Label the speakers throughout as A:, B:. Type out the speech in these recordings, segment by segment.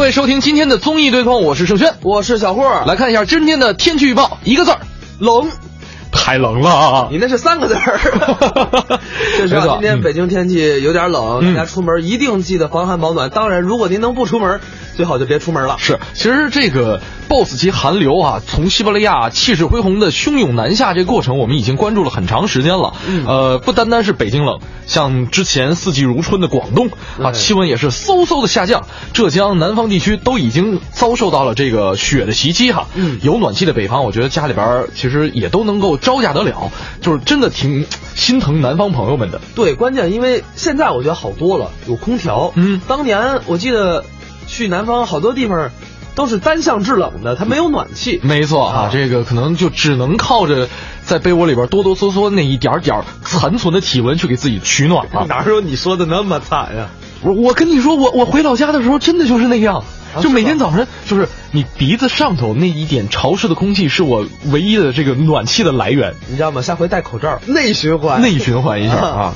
A: 位收听今天的综艺对碰，我是盛轩，
B: 我是小霍。
A: 来看一下今天的天气预报，一个字儿冷，太冷了
B: 你。那是三个 字儿， 就是
A: 没错
B: 啊今天
A: 嗯
B: 北京天气有点冷，
A: 嗯
B: 大家出门一定记得防寒保暖。当然，如果您能不出门，最好就别出门了。
A: 是，其实这个 BOSS 级寒流啊，从西伯利亚气势恢宏的汹涌南下这过程，我们已经关注了很长时间了。
B: 嗯
A: 呃，不单单是北京冷，像之前四季如春的广东啊，
B: 对
A: 气温也是嗖嗖的下降，浙江南方地区都已经遭受到了这个雪的袭击哈。
B: 嗯
A: 有暖气的北方，我觉得家里边儿其实也都能够招架得了，就是真的挺心疼南方朋友们的。
B: 对，关键因为现在我觉得好多了，有空调。
A: 嗯
B: 当年我记得去南方好多地方都是单向制冷的，它没有暖气。
A: 没错啊
B: 啊，
A: 这个可能就只能靠着在被窝里边哆哆嗦嗦那一点儿点儿残存的体温去给自己取暖了、
B: 哪有你说的那么惨呀、
A: 我我跟你说，我我回老家的时候真的就是那样，
B: 啊
A: 就每
B: 是
A: 天
B: 吧
A: 早晨就是你鼻子上头那一点潮湿的空气是我唯一的这个暖气的来 源。
B: 你知道吗？下回戴口罩，内循环
A: 内循环 一下啊。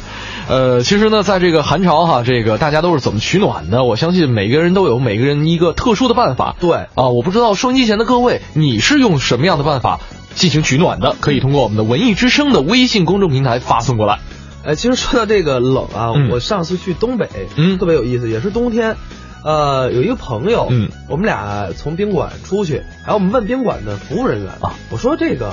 A: 呃，其实呢，在这个寒潮哈，这个大家都是怎么取暖的？我相信每个人都有每个人一个特殊的办法。
B: 对
A: 啊，我不知道收音机前的各位，你是用什么样的办法进行取暖的？可以通过我们的文艺之声的微信公众平台发送过来。
B: 呃，其实说到这个冷啊，
A: 嗯
B: 我上次去东北，
A: 嗯
B: 特别有意思，也是冬天。呃，有一个朋友，
A: 嗯，
B: 我们俩从宾馆出去，然后我们问宾馆的服务人员
A: 啊，
B: 我说这个，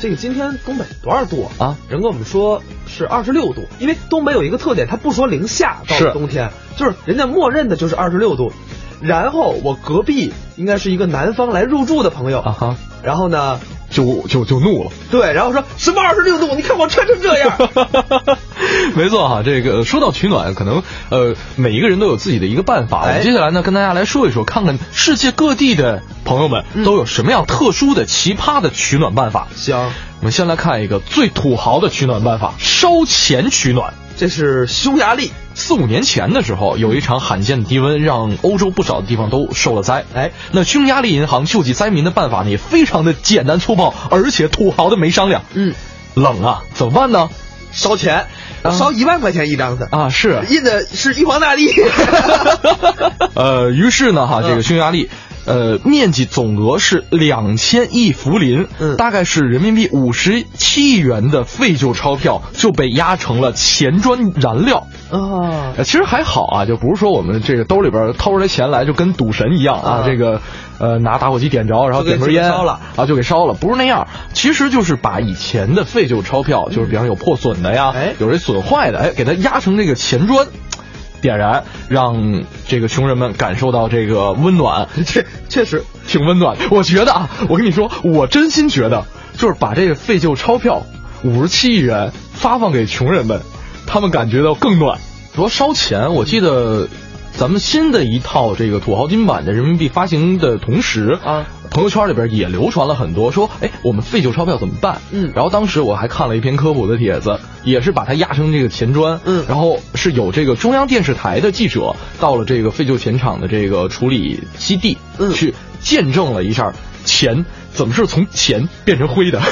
B: 这个今天东北多少度
A: 啊？
B: 人跟我们说是二十六度，因为东北有一个特点，他不说零下，到
A: 是
B: 了冬天就是人家默认的就是二十六度。然后我隔壁应该是一个南方来入住的朋友，
A: 啊哈，
B: 然后呢，
A: 就就就怒了。
B: 对，然后说什么二十六度？你看我穿成这样，
A: 没错哈，这个说到取暖，可能呃每一个人都有自己的一个办法。我们
B: 哎
A: 接下来呢，跟大家来说一说，看看世界各地的朋友们
B: 嗯
A: 都有什么样特殊的、奇葩的取暖办法。
B: 行。
A: 我们先来看一个最土豪的取暖办法——烧钱取暖。
B: 这是匈牙利。
A: 四五年前的时候，有一场罕见的低温，让欧洲不少的地方都受了灾。
B: 哎，
A: 那匈牙利银行救济灾民的办法呢，也非常的简单粗暴，而且土豪的没商量。
B: 嗯，
A: 冷啊，怎么办呢？
B: 烧钱，
A: 啊
B: 烧一万块钱一张的，
A: 啊， 是，
B: 印的是玉皇 大帝。
A: 呃，于是呢，哈，
B: 嗯
A: 这个匈牙利，呃，面积总额是两千亿福林，
B: 嗯
A: 大概是人民币五十七亿元的废旧钞票就被压成了钱砖燃料。
B: 啊，
A: 呃，其实还好啊，就不是说我们这个兜里边掏出来钱来就跟赌神一样啊，
B: 啊
A: 这个呃拿打火机点着，然后
B: 就给
A: 点根烟
B: 自己烧了
A: 啊就给烧了，不是那样，其实就是把以前的废旧钞票，就是比方有破损的呀，
B: 嗯哎
A: 有这损坏的，哎，给它压成这个钱砖。点燃，让这个穷人们感受到这个温暖，
B: 确确实，
A: 挺温暖。我觉得啊，我跟你说，我真心觉得，就是把这个废旧钞票五十七亿元发放给穷人们，他们感觉到更暖。
B: 嗯
A: 主要烧钱，我记得咱们新的一套这个土豪金版的人民币发行的同时
B: 啊。
A: 朋友圈里边也流传了很多，说，哎，我们废旧钞票怎么办？
B: 嗯
A: 然后当时我还看了一篇科普的帖子，也是把它压成这个钱砖，
B: 嗯
A: 然后是有这个中央电视台的记者到了这个废旧钱厂的这个处理基地，
B: 嗯
A: 去见证了一下钱怎么是从钱变成灰的。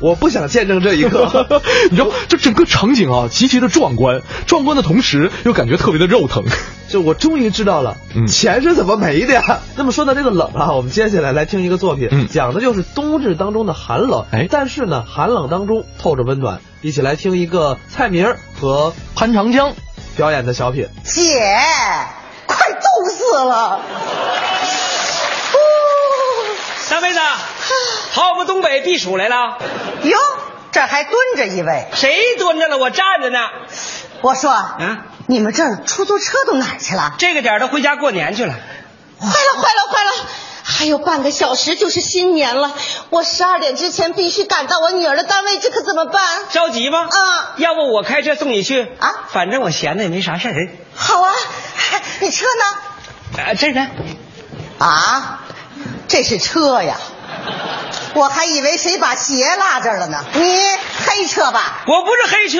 B: 我不想见证这一刻。
A: 你知道，就整个场景啊，极其的壮观，壮观的同时又感觉特别的肉疼。
B: 就我终于知道了
A: 嗯，
B: 钱是怎么没的呀。那么说到这个冷啊，我们接下来来听一个作品，
A: 嗯
B: 讲的就是冬日当中的寒冷。
A: 哎
B: 但是呢，寒冷当中透着温暖。一起来听一个蔡明儿和
A: 潘长江，
B: 表演的小品。
C: 姐，快冻死了！哦
D: 三妹子，跑我们东北避暑来了？
C: 哟，这儿还蹲着一位。
D: 谁蹲着了？我站着呢。
C: 我说，
D: 啊
C: 你们这儿出租车都哪儿去了？
D: 这个点儿都回家过年去了。
E: 坏了，坏了，坏了！还有半个小时就是新年了，我十二点之前必须赶到我女儿的单位，这可怎么办？
D: 着急吗？
E: 啊
D: 要不我开车送你去
E: 啊
D: 反正我闲的也没啥事儿。
E: 好啊，你车
D: 啊，
E: 呢？
B: 呃
D: 这儿呢？
C: 啊，这是车呀！我还以为谁把鞋落这儿了呢。你黑车吧？
D: 我不是黑车，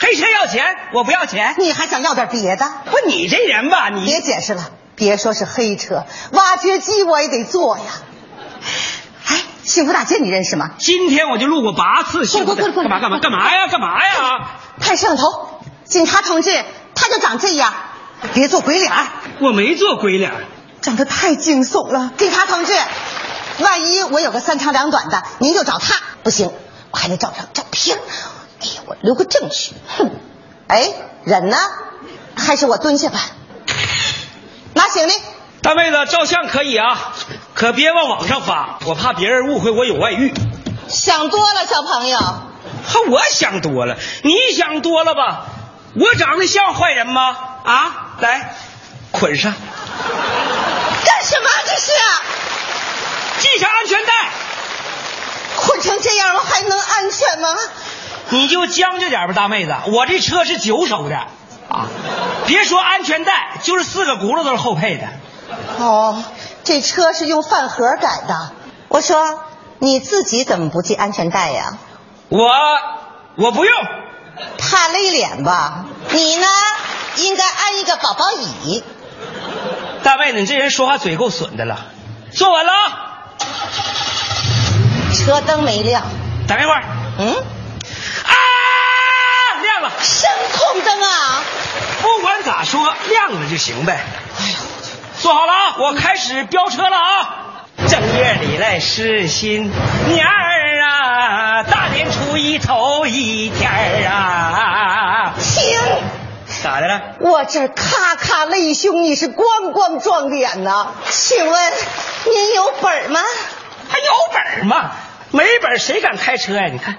D: 黑车要钱，我不要钱。
C: 你还想要点别的？
D: 不，你这人吧，你
C: 别解释了，别说是黑车，挖掘机我也得做呀。哎，幸福大街你认识吗？
D: 今天我就路过八次幸福
E: 快
D: 的，
E: 快快
D: 干嘛干
B: 哎
D: 嘛干嘛呀干嘛呀？
E: 看摄像头，警察同志，他就长这样。
F: 别做鬼脸儿，
B: 我没做鬼脸儿，
F: 长得太惊悚了。
C: 警察同志，万一我有个三长两短的，您就找他，不行，我还得照张照片儿。哎呀，我留个证据。哼，哎，人呢？还是我蹲下吧。拿行李，
B: 大妹子照相可以啊，可别往网上发，我怕别人误会我有外遇。
C: 想多了，小朋友。
B: 哈，我想多了，你想多了吧？我长得像坏人吗？啊，来，捆上，
C: 干什么？啊这是
B: 系上安全带，
C: 捆成这样了，还能安全吗？
B: 你就将就点吧，大妹子，我这车是九手的啊，别说安全带，就是四个轱辘都是后配的。
C: 哦，这车是用饭盒改的。我说你自己怎么不系安全带呀？
B: 我我不用，
C: 怕勒脸吧？你呢？应该安一个宝宝椅。
B: 大妹子，你这人说话嘴够损的了，坐稳了啊，
C: 车灯没亮，
B: 等一会儿，
C: 嗯，
B: 啊，亮了，
C: 声控灯啊！
B: 不管咋说，亮了就行呗。哎呦，坐好了啊，我开始飙车了啊！正月里来是新年儿啊，大年初一头一天儿啊，
C: 停！
B: 咋的了？
C: 我这咔咔泪胸，你是咣咣撞脸呐？请问您有本儿吗？
B: 还有本儿吗？没本儿谁敢开车呀、你看，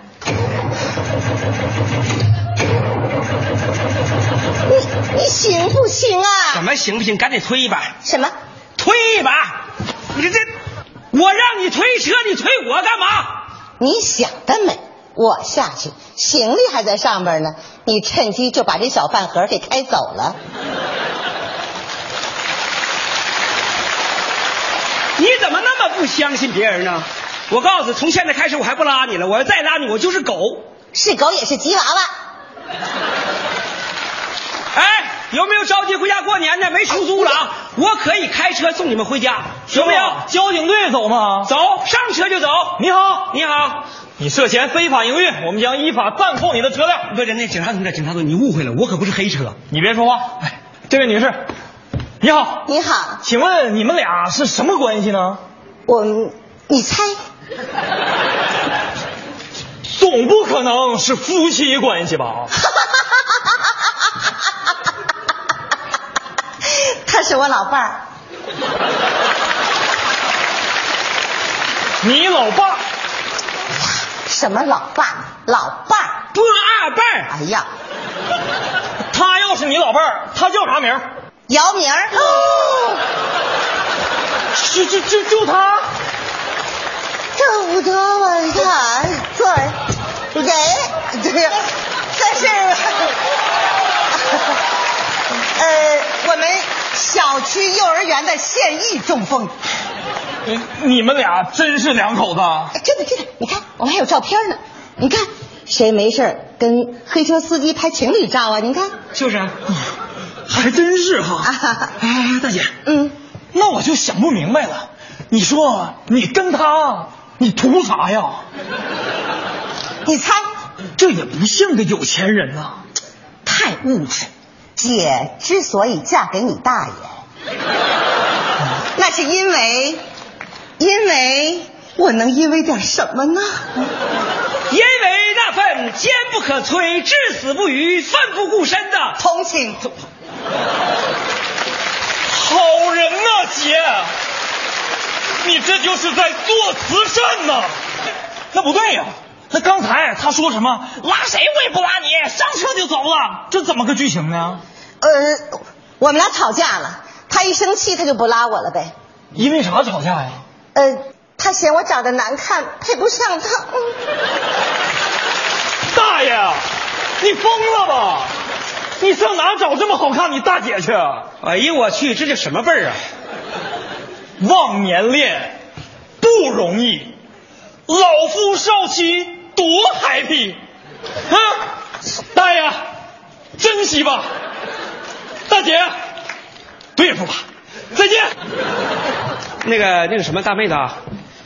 C: 你你行不行啊？
B: 怎么行不行？赶紧推一把，
C: 什么？
B: 推一把！你这，我让你推车，你推我干嘛？
C: 你想得美！我下去，行李还在上边呢，你趁机就把这小饭盒给开走了。
B: 你怎么那么不相信别人呢？我告诉你，从现在开始我还不拉你了，我要再拉你，我就是狗。
C: 是狗也是吉娃娃，
B: 哎，有没有着急回家过年的？没出租了啊！我可以开车送你们回家，有没有？
G: 交警队走吗？
B: 啊走，上车就走。
G: 你好
B: 你好，
G: 你涉嫌非法营运，我们将依法暂扣你的车辆。
B: 不是那警察同志，警察同志，你误会了，我可不是黑车。
G: 你别说话。哎，这位女士，你好，
C: 你好，
G: 请问你们俩是什么关系呢？
C: 我，你猜？
G: 总不可能是夫妻关 系吧？
C: 他是我老伴儿，
G: 你老爸
C: 什么老爸？老伴儿？
B: 不二辈儿。
C: 哎呀，
G: 他要是你老伴儿，他叫啥名儿？
C: 姚明儿，
G: 就就就就他，
C: 这不多吗？你看，对，人，这但是，呃，我们小区幼儿园的现役中风，
G: 呃你们俩真是两口子。啊
C: 哎真的真的，你看我们还有照片呢，你看谁没事儿跟黑车司机拍情侣照啊？您看，
B: 就是 啊，还真是哈。哎，大姐，
C: 嗯，
G: 那我就想不明白了，你说你跟他，你图啥呀？
C: 你猜，
G: 这也不像个有钱人呐、
C: 太物质。姐之所以嫁给你大爷，那是因为，因为我能因为点什么呢？
B: 因为那份坚不可摧、至死不渝、奋不顾身的
C: 同情。呃
G: 好人呐、姐，你这就是在做慈善呐、那不对呀、那刚才他说什么拉谁我也不拉你，上车就走了，这怎么个剧情呢？
C: 呃，我们俩吵架了，他一生气他就不拉我了呗。
G: 因为啥吵架呀？
C: 呃，他嫌我长得难看，配不上他。嗯
G: 大爷，你疯了吧？你上哪找这么好看你大姐去？
B: 哎呀，我去，这叫什么辈儿啊？
G: 忘年恋不容易，老夫少妻多 happy 啊！大爷，珍惜吧，大姐，对付吧，再见。
B: 那个那个什么大妹子啊，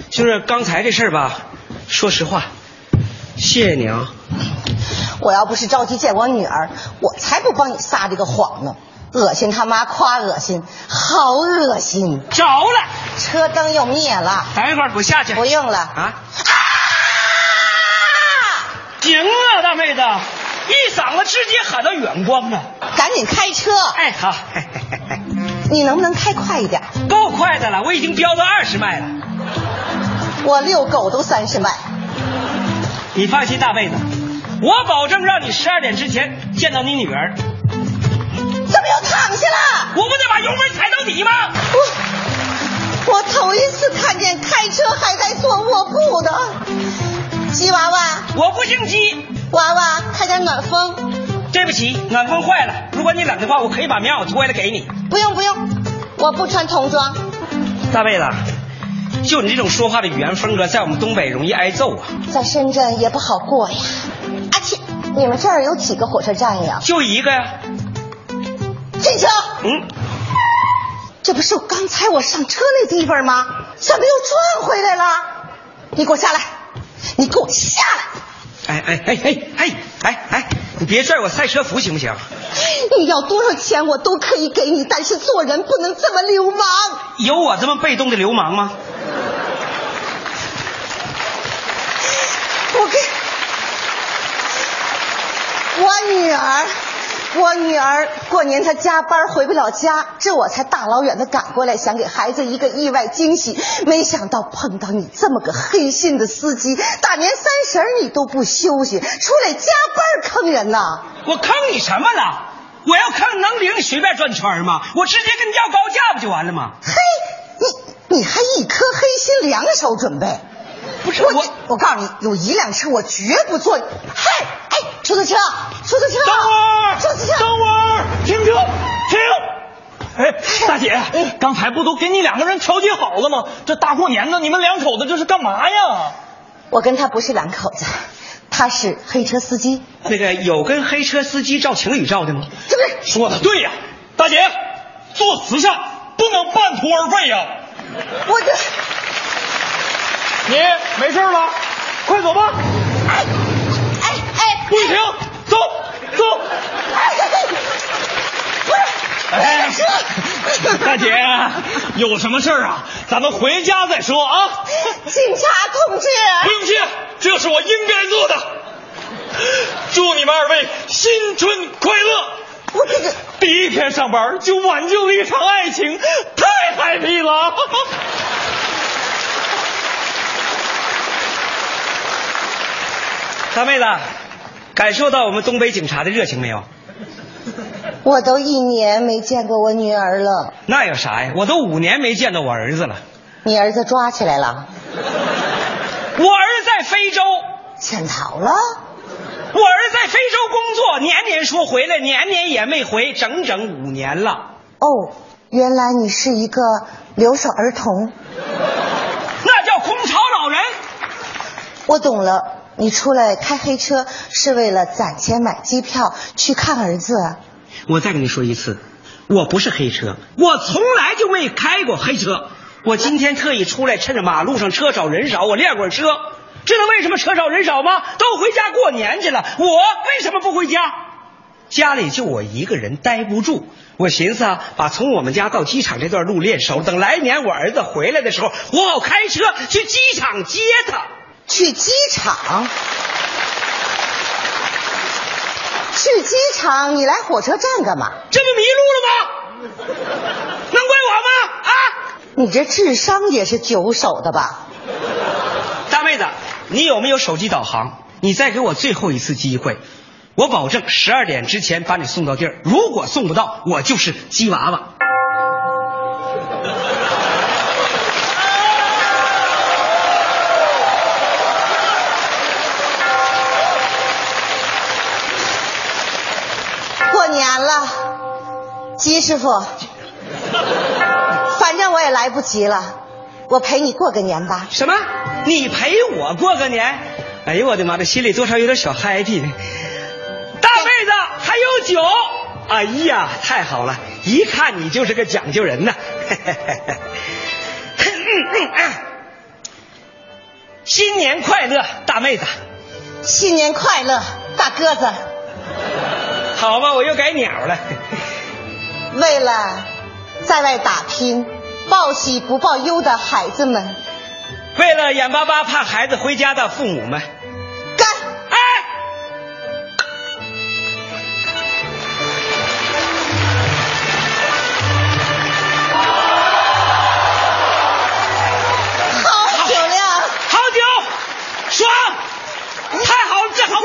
B: 就是刚才这事儿吧，说实话，谢谢你啊。
C: 我要不是着急见我女儿，我才不帮你撒这个谎呢。恶心他妈，夸恶心，好恶心！
G: 着了，
C: 车灯又灭了，
G: 等一会儿我下去。
C: 不用了啊！
G: 啊，行啊，大妹子，一嗓子直接喊到远光了。
C: 赶紧开车，
G: 哎，好，
C: 你能不能开快一点？
G: 够快的了，我已经飙到二十迈了。
C: 我遛狗都三十迈，
G: 你放心，大妹子，我保证让你十二点之前见到你女儿。
C: 怎么又躺下了？
G: 我不得把油门踩到底吗？
C: 我我头一次看见开车还在做卧铺的。吉娃娃，
G: 我不姓姬，
C: 娃娃，开点暖风。
G: 对不起，暖风坏了。如果你冷的话，我可以把棉袄脱下来给你。
C: 不用不用，我不穿童装。
G: 大妹子，就你这种说话的语言风格，在我们东北容易挨揍啊！
C: 在深圳也不好过呀。阿、切，你们这儿有几个火车站呀？
G: 就一个呀，
C: 俊秋，
G: 嗯，
C: 这不是刚才我上车那地方吗？怎么又转回来了？你给我下来！你给我下来！
G: 哎哎哎哎哎哎哎，你别拽我赛车服行不行？
C: 你要多少钱我都可以给你，但是做人不能这么流氓。
G: 有我这么被动的流氓吗？
C: 我跟，我女儿，我女儿过年她加班回不了家，这我才大老远的赶过来，想给孩子一个意外惊喜，没想到碰到你这么个黑心的司机，大年三十儿你都不休息，出来加班坑人呐！
G: 我坑你什么了？我要坑能领你随便转圈吗？我直接跟你要高价不就完了吗？
C: 嘿，你你还一颗黑心两手准备。
G: 不是
C: 我
G: 我，
C: 我告诉你，有一辆车我绝不坐。嘿，哎，出租车，出租车，
H: 等会儿，
C: 出租车，
H: 等会儿，停车，停！哎，大姐，刚才不都给你两个人调解好了吗？这大过年的，你们两口子这是干嘛呀？
C: 我跟他不是两口子，他是黑车司机，
G: 那个有跟黑车司机照情侣照的吗？
C: 这不是
H: 说的对呀，大姐，做慈善不能半途而废呀。
C: 我这，
H: 你没事了，快走吧，
C: 哎哎哎，
H: 不行，走走。
C: 哎，
H: 哎
C: 不是，不是，
H: 大姐，啊有什么事儿啊？咱们回家再说啊。
C: 警察同志，
H: 不用谢，这是我应该做的。祝你们二位新春快乐！
C: 我这个，
H: 第一天上班就挽救了一场爱情，太 happy 了！
G: 大妹子，感受到我们东北警察的热情没有？
C: 我都一年没见过我女儿了，
G: 那有啥呀？我都五年没见到我儿子了。
C: 你儿子抓起来了，
G: 我儿子在非洲，我
C: 潜逃了，
G: 儿子在非洲工作，年年说回来，年年也没回，整整五年了。
C: 哦，原来你是一个留守儿童。
G: 那叫空巢老人。
C: 我懂了，你出来开黑车是为了攒钱买机票去看儿子。
G: 我再跟你说一次，我不是黑车，我从来就没开过黑车。我今天特意出来，趁着马路上车少人少，我练会儿车。知道为什么车少人少吗？都回家过年去了，我为什么不回家？家里就我一个人待不住，我寻思啊，把从我们家到机场这段路练熟，等来年我儿子回来的时候，我好开车去机场接他。
C: 去机场，去机场，你来火车站干嘛？
G: 这不迷路了吗？能怪我吗？啊！
C: 你这智商也是九手的吧？
G: 大妹子，你有没有手机导航？你再给我最后一次机会，我保证十二点之前把你送到地儿。如果送不到，我就是鸡娃娃。
C: 过年了，姬师傅，反正我也来不及了，我陪你过个年吧。
G: 什么？你陪我过个年？哎呦我的妈，这心里多少有点小 happy 呢。大妹子还有酒？哎呀，太好了！一看你就是个讲究人呐。 嗯啊新年快乐，大妹子！
C: 新年快乐，大鸽子。
G: 好吧，我又改鸟了。
C: 为了在外打拼、报喜不报忧的孩子们，
G: 为了眼巴巴盼孩子回家的父母
C: 干！
G: 们，哎，
C: 好酒量，
G: 好酒，爽，太好了，这好。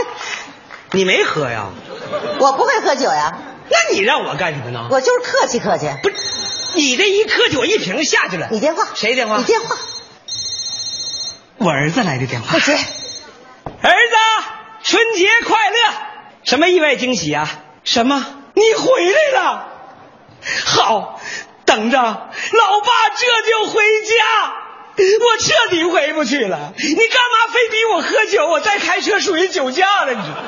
G: 你没喝呀？
C: 我不会喝酒呀，
G: 那你让我干什么呢？
C: 我就是客气客气。
G: 不是，你这一磕酒一瓶下去了。
C: 你电话
G: 谁电话？
C: 你电话
G: 我儿子来的电话
C: 不。接，
G: 儿子，春节快乐！什么意外惊喜啊？什么？你回来了？好，等着，老爸这就回家。我彻底回不去了，你干嘛非逼我喝酒？我再开车属于酒驾了，你知道吗。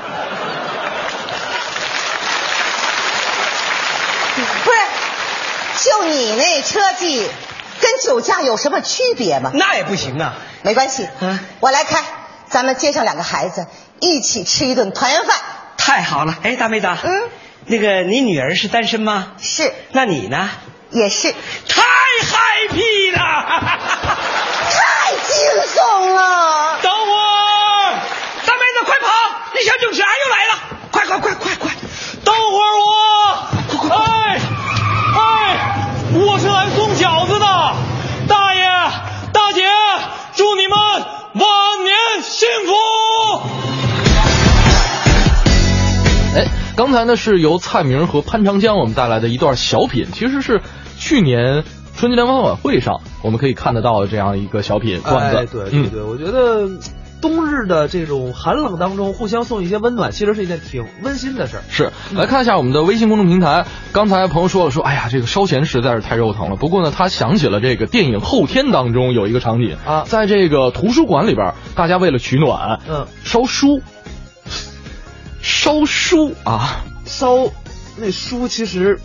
C: 不是，就你那车技，跟酒驾有什么区别吗？
G: 那也不行啊。
C: 没关系，
G: 嗯
C: 我来开，咱们接上两个孩子，一起吃一顿团圆饭。
G: 太好了，哎，大妹子，
C: 嗯，
G: 那个你女儿是单身吗？
C: 是，
G: 那你呢？
C: 也是，
G: 太 happy 了！
C: 太轻松了。
G: 等会儿，大妹子快跑！那小警察又来了！快快快快快！
H: 等会儿我，哎哎，我是来送饺子的，大爷大姐，祝你们晚年幸福。
A: 哎，刚才呢是由蔡明和潘长江我们带来的一段小品，其实是去年春节联欢晚会上我们可以看得到的这样一个小品段子。
B: 哎，对对对，
A: 嗯，
B: 我觉得冬日的这种寒冷当中，互相送一些温暖，其实是一件挺温馨的事儿。
A: 是，来看一下我们的微信公众平台。刚才朋友说了说，哎呀，这个烧钱实在是太肉疼了。不过呢，他想起了这个电影《后天》当中有一个场景
B: 啊
A: 在这个图书馆里边，大家为了取暖，
B: 嗯，
A: 烧书，烧书啊，
B: 烧那书，其实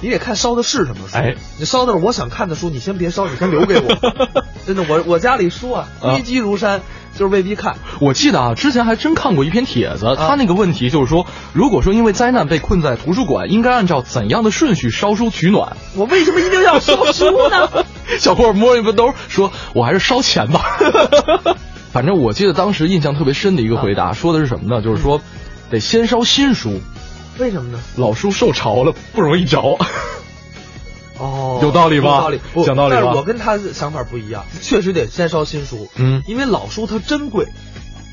B: 你得看烧的是什么书。
A: 哎
B: 你烧的是我想看的书，你先 别烧，你先留给我。真的，我我家里书啊，
A: 啊
B: 堆积如山，就是未必看。
A: 我记得啊，之前还真看过一篇帖子，他那个问题就是说，如果说因为灾难被困在图书馆，应该按照怎样的顺序烧书取暖？
B: 我为什么一定要烧书呢？
A: 小霍摸一摸兜，说：“我还是烧钱吧。” 反正我记得当时印象特别深的一个回答，说的是什么呢？就是说，得先烧新书，
B: 为什么呢？
A: 老书受潮了不容易着。
B: 哦，
A: 有道理吧
B: 有道理，不
A: 讲道理吧
B: 但是我跟他的想法不一样，确实得先烧新书，
A: 嗯
B: 因为老书它珍贵，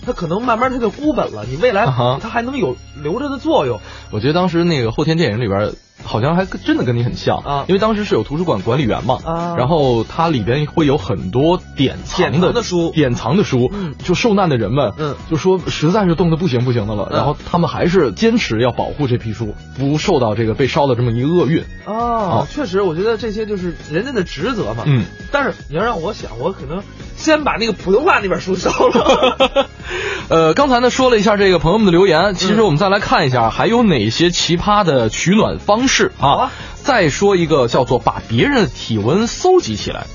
B: 它可能慢慢它就孤本了，你未来
A: 啊哈
B: 它还能有留着的作用。
A: 我觉得当时那个后天电影里边。好像还跟真的跟你很像
B: 啊
A: 因为当时是有图书馆管理员嘛，
B: 啊
A: 然后它里边会有很多典藏
B: 典
A: 的
B: 藏的书
A: 典藏的书，
B: 嗯
A: 就受难的人们，
B: 嗯
A: 就说实在是冻得不行不行的了，
B: 嗯
A: 然后他们还是坚持要保护这批书，不受到这个被烧的这么一个厄运，啊，
B: 哦确实，我觉得这些就是人家的职责嘛。
A: 嗯，
B: 但是你要让我想，我可能先把那个普通话那本书烧 了。
A: 呃，刚才呢说了一下这个朋友们的留言，其
B: 嗯
A: 实我们再来看一下还有哪些奇葩的取暖方式啊。
B: 好啊
A: 再说一个叫做把别人的体温搜集起来，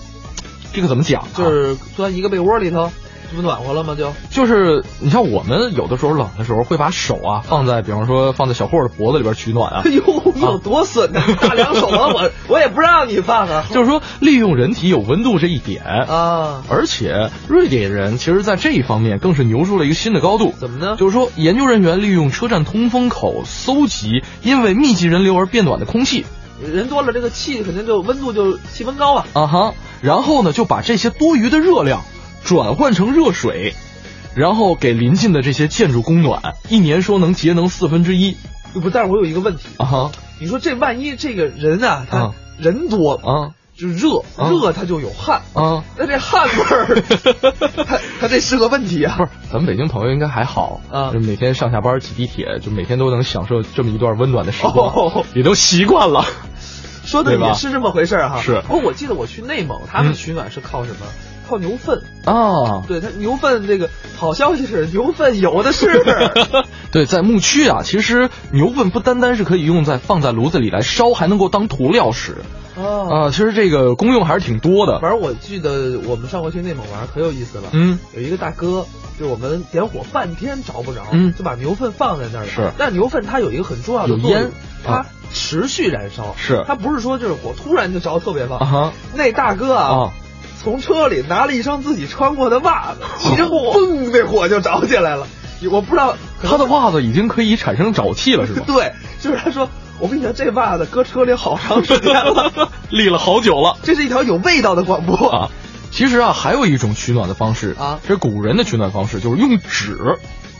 A: 这个怎么讲、啊？
B: 就是钻一个被窝里头，这不暖和了吗？就
A: 就是你像我们有的时候冷的时候会把手啊放在，比方说放在小霍的脖子里边取暖啊
B: 哎。呦，有多损呢！大两手啊，我我也不让你放啊。
A: 就是说利用人体有温度这一点
B: 啊，
A: 而且瑞典人其实在这一方面更是牛出了一个新的高度。
B: 怎么呢
A: 就是说，研究人员利用车站通风口搜集因为密集人流而变暖的空气，
B: 人多了，这个气肯定就温度就气温高啊。
A: 啊哈，然后呢就把这些多余的热量转换成热水，然后给邻近的这些建筑供暖，一年说能节能四分之一。
B: 不，但是我有一个问题，
A: 啊哈，
B: 你说这万一这个人啊，他
A: 啊
B: 人多
A: 啊，
B: 就热，
A: 啊
B: 热他就有汗
A: 啊。
B: 那这汗味 儿，他他这是个问题啊
A: 不。是，咱们北京朋友应该还好
B: 啊
A: 就每天上下班挤地铁，就每天都能享受这么一段温暖的时光，
B: 哦
A: 也都习惯了。
B: 说的
A: 对吧
B: 也是这么回事儿哈。
A: 是嗯
B: 不过我记得我去内蒙，他们取暖是靠什么？靠牛粪。
A: 啊，
B: 对，它牛粪这个好消息是牛粪有 的是。
A: 对，在牧区啊，其实牛粪不单单是可以用在放在炉子里来烧，还能够当涂料使。
B: 哦，
A: 啊，其实这个功用还是挺多的。
B: 反正我记得我们上回去内蒙玩可有意思了，
A: 嗯，
B: 有一个大哥，就是我们点火半天着不着，
A: 嗯
B: 就把牛粪放在那儿了。
A: 是
B: 但牛粪它有一个很重要的
A: 有
B: 作用
A: 烟
B: 它
A: 啊
B: 持续燃烧，
A: 是
B: 它不是说就是火突然就着特别旺。
A: 啊哈
B: 那大哥啊
A: 啊，
B: 从车里拿了一双自己穿过的袜子，
A: 哦
B: 一 扔，嘣，那火就着起来了。我不知道？
A: 他的袜子已经可以产生沼气了，是吗
B: 对，就是他说，我跟你说这袜子搁车里好长时 间了，
A: 立了好久了
B: 这是一条有味道的广播
A: 啊。其实啊，还有一种取暖的方式
B: 啊
A: 这是古人的取暖方式就是用纸。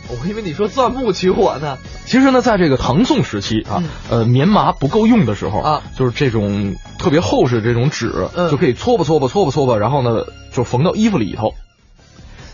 B: 我以为你说钻木取火呢，
A: 其实呢，在这个唐宋时期啊，呃，棉麻不够用的时候
B: 嗯啊
A: 就是这种特别厚实的这种纸，
B: 嗯
A: 就可以搓吧搓吧搓吧搓吧，然后呢，就缝到衣服里头。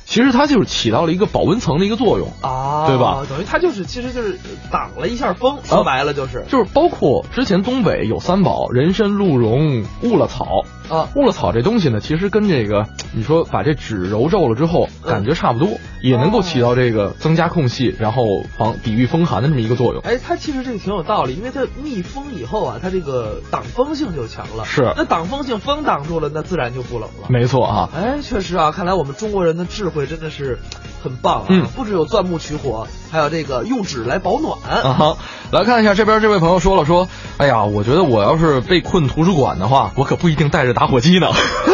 A: 其实它就是起到了一个保温层的一个作用
B: 啊，
A: 对吧？啊
B: 等于他就是，其实就是挡了一下风，说白了就是
A: 就是包括之前东北有三宝：人参、鹿茸、兀了草。
B: 啊，
A: 兀了草这东西呢，其实跟这个你说把这纸揉皱了之后，
B: 嗯
A: 感觉差不多，也能够起到这个增加空气，然后防抵御风寒的这么一个作用。
B: 哎，它其实这个挺有道理，因为它密封以后啊，它这个挡风性就强了。
A: 是
B: 那挡风性风挡住了，那自然就不冷了。
A: 没错啊，
B: 哎，确实啊，看来我们中国人的智慧真的是很棒啊！
A: 嗯
B: 不只有钻木取火，还有这个用纸来保暖。
A: 啊哈，来看一下这边这位朋友说了说，哎呀，我觉得我要是被困图书馆的话，我可不一定带着打火机呢。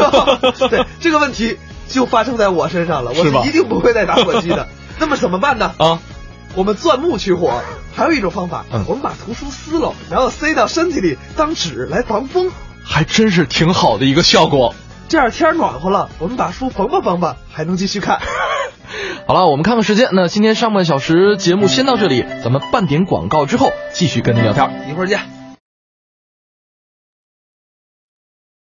B: 对这个问题就发生在我身上了，我
A: 是吧
B: 一定不会带打火机的。那么怎么办呢？
A: 啊，
B: 我们钻木取火，还有一种方法，
A: 嗯
B: 我们把图书撕了，然后塞到身体里当纸来防风。
A: 还真是挺好的一个效果。
B: 这样天儿暖和了，我们把书缝吧缝吧，还能继续看。
A: 好了，我们看看时间，那今天上半小时节目先到这里，咱们半点广告之后继续跟您聊天。
B: 一会儿见。